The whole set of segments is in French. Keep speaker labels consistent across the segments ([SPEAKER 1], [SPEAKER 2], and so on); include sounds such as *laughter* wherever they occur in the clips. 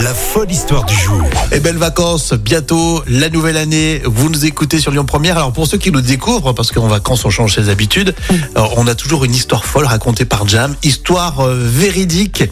[SPEAKER 1] La folle histoire du jour.
[SPEAKER 2] Et belles vacances, bientôt la nouvelle année. Vous nous écoutez sur Lyon Première. Alors pour ceux qui nous découvrent, parce qu'en vacances on change ses habitudes, euh, on a toujours une histoire folle racontée par Jam, histoire euh, véridique.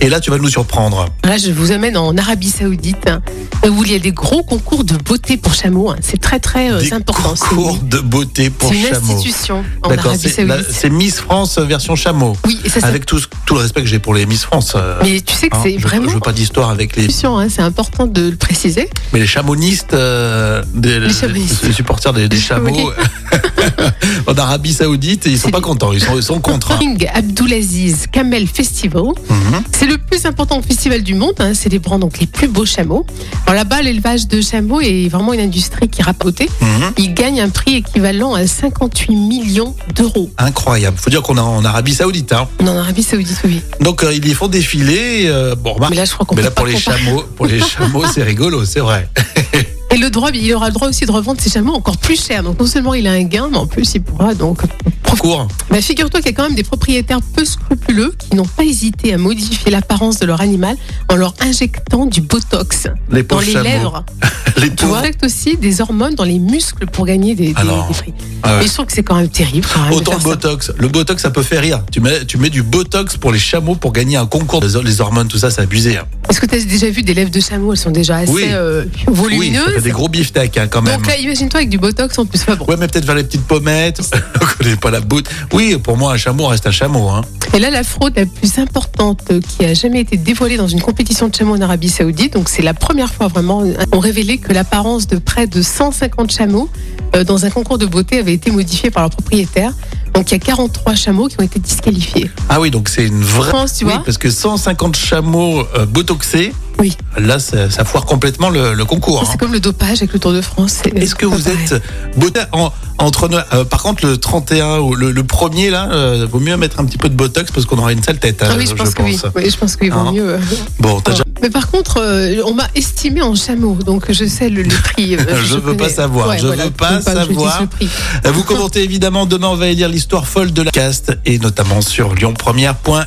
[SPEAKER 2] Et là tu vas nous surprendre.
[SPEAKER 3] Là, je vous amène en Arabie Saoudite, hein, où il y a des gros concours de beauté pour chameaux. hein. C'est très, très euh,
[SPEAKER 2] Des
[SPEAKER 3] important. C'est
[SPEAKER 2] concours
[SPEAKER 3] une-
[SPEAKER 2] de beauté pour
[SPEAKER 3] c'est une
[SPEAKER 2] chameaux.
[SPEAKER 3] institution en
[SPEAKER 2] D'accord,
[SPEAKER 3] Arabie
[SPEAKER 2] c'est la-
[SPEAKER 3] Saoudite.
[SPEAKER 2] c'est Miss France version chameau.
[SPEAKER 3] oui, et ça, c'est-
[SPEAKER 2] Avec tout, ce- tout le respect que j'ai pour les Miss France. euh,
[SPEAKER 3] Mais tu sais que
[SPEAKER 2] hein,
[SPEAKER 3] c'est
[SPEAKER 2] je,
[SPEAKER 3] vraiment
[SPEAKER 2] je veux pas d'histoire avec les,
[SPEAKER 3] institution, hein, c'est important de le préciser.
[SPEAKER 2] mais les chamaunistes, euh, des-
[SPEAKER 3] Les chamonistes.
[SPEAKER 2] les supporters des, des
[SPEAKER 3] Les
[SPEAKER 2] chameaux *laughs* en Arabie Saoudite, ils sont
[SPEAKER 3] C'est
[SPEAKER 2] pas
[SPEAKER 3] des-
[SPEAKER 2] contents, ils sont, ils sont contre. hein.
[SPEAKER 3] King Abdulaziz Kamel Festival,
[SPEAKER 2] Mhm.
[SPEAKER 3] c'est le plus important festival du monde, hein, célébrant donc les plus beaux chameaux. Alors là-bas, l'élevage de chameaux est vraiment une industrie qui rapporte.
[SPEAKER 2] Mhm.
[SPEAKER 3] Il gagne un prix équivalent à 58 millions d'euros.
[SPEAKER 2] Incroyable. Faut dire qu'on est en Arabie Saoudite. hein.
[SPEAKER 3] Non, En Arabie Saoudite, oui.
[SPEAKER 2] Donc euh, ils les font défiler. euh, bon, remarque.
[SPEAKER 3] Mais là, je crois qu'on
[SPEAKER 2] Mais
[SPEAKER 3] peut
[SPEAKER 2] là,
[SPEAKER 3] pas
[SPEAKER 2] pour les
[SPEAKER 3] comparer.
[SPEAKER 2] chameaux, pour les chameaux, c'est rigolo, c'est vrai.
[SPEAKER 3] Et le droit, il aura le droit aussi de revendre ses chameaux encore plus cher. Donc non seulement il a un gain, mais en plus il pourra donc.
[SPEAKER 2] Court.
[SPEAKER 3] Bah, figure-toi qu'il y a quand même des propriétaires peu scrupuleux qui n'ont pas hésité à modifier l'apparence de leur animal en leur injectant du botox
[SPEAKER 2] Les
[SPEAKER 3] dans
[SPEAKER 2] pauvres
[SPEAKER 3] les
[SPEAKER 2] chameaux.
[SPEAKER 3] lèvres.
[SPEAKER 2] Les
[SPEAKER 3] Tu
[SPEAKER 2] pauvres.
[SPEAKER 3] injectes aussi des hormones dans les muscles pour gagner des, des,
[SPEAKER 2] Ah Alors,
[SPEAKER 3] des fric.
[SPEAKER 2] Ah ouais.
[SPEAKER 3] Mais je trouve que c'est quand même terrible. quand même, de
[SPEAKER 2] Autant
[SPEAKER 3] faire
[SPEAKER 2] le
[SPEAKER 3] ça.
[SPEAKER 2] botox. Le botox, ça peut faire rire. Tu mets, tu mets du botox pour les chameaux pour gagner un concours. Les, les hormones, tout ça, c'est abusé. hein.
[SPEAKER 3] Est-ce que tu as déjà vu des lèvres de chameau Elles sont déjà assez
[SPEAKER 2] Oui.
[SPEAKER 3] euh,
[SPEAKER 2] Oui, ça fait
[SPEAKER 3] volumineuses.
[SPEAKER 2] des gros beefsteaks hein, quand même.
[SPEAKER 3] donc là, imagine-toi avec du botox en plus. Enfin, bon.
[SPEAKER 2] Ouais, mais peut-être vers les petites pommettes. *laughs* On connaît pas la boute. Oui, pour moi, un chameau reste un chameau. Hein.
[SPEAKER 3] Et là, la fraude la plus importante qui a jamais été dévoilée dans une compétition de chameaux en Arabie Saoudite, donc c'est la première fois vraiment, on révélé que l'apparence de près de 150 chameaux euh, dans un concours de beauté avait été modifiée par leur propriétaire. Donc il y a 43 chameaux qui ont été disqualifiés.
[SPEAKER 2] Ah oui, donc c'est une vraie.
[SPEAKER 3] France, Oh, tu
[SPEAKER 2] oui,
[SPEAKER 3] vois
[SPEAKER 2] parce que 150 chameaux euh, botoxés.
[SPEAKER 3] Oui.
[SPEAKER 2] Là, ça, ça foire complètement le, le concours. hein.
[SPEAKER 3] C'est comme le dopage avec le Tour de France. c'est-
[SPEAKER 2] Est-ce que
[SPEAKER 3] c'est pas
[SPEAKER 2] vous
[SPEAKER 3] pareil.
[SPEAKER 2] êtes euh, bota- en- entre no- euh, par contre le 31 ou le, le premier là euh, vaut mieux mettre un petit peu de botox parce qu'on aura une sale tête
[SPEAKER 3] Ah
[SPEAKER 2] euh,
[SPEAKER 3] oui, je pense, que oui. Oui, je pense qu'il vaut
[SPEAKER 2] Hein
[SPEAKER 3] mieux. euh,
[SPEAKER 2] Bon, t'as
[SPEAKER 3] euh, Mais par contre, euh, on m'a estimé en chameau, donc je sais le, le prix. euh,
[SPEAKER 2] *laughs* Je veux pas
[SPEAKER 3] connais.
[SPEAKER 2] savoir, je veux pas
[SPEAKER 3] faut que je dise
[SPEAKER 2] savoir.
[SPEAKER 3] le prix.
[SPEAKER 2] déjà- Euh, vous commentez évidemment demain on va lire l'histoire folle de la caste et notamment sur lyonpremière.fr.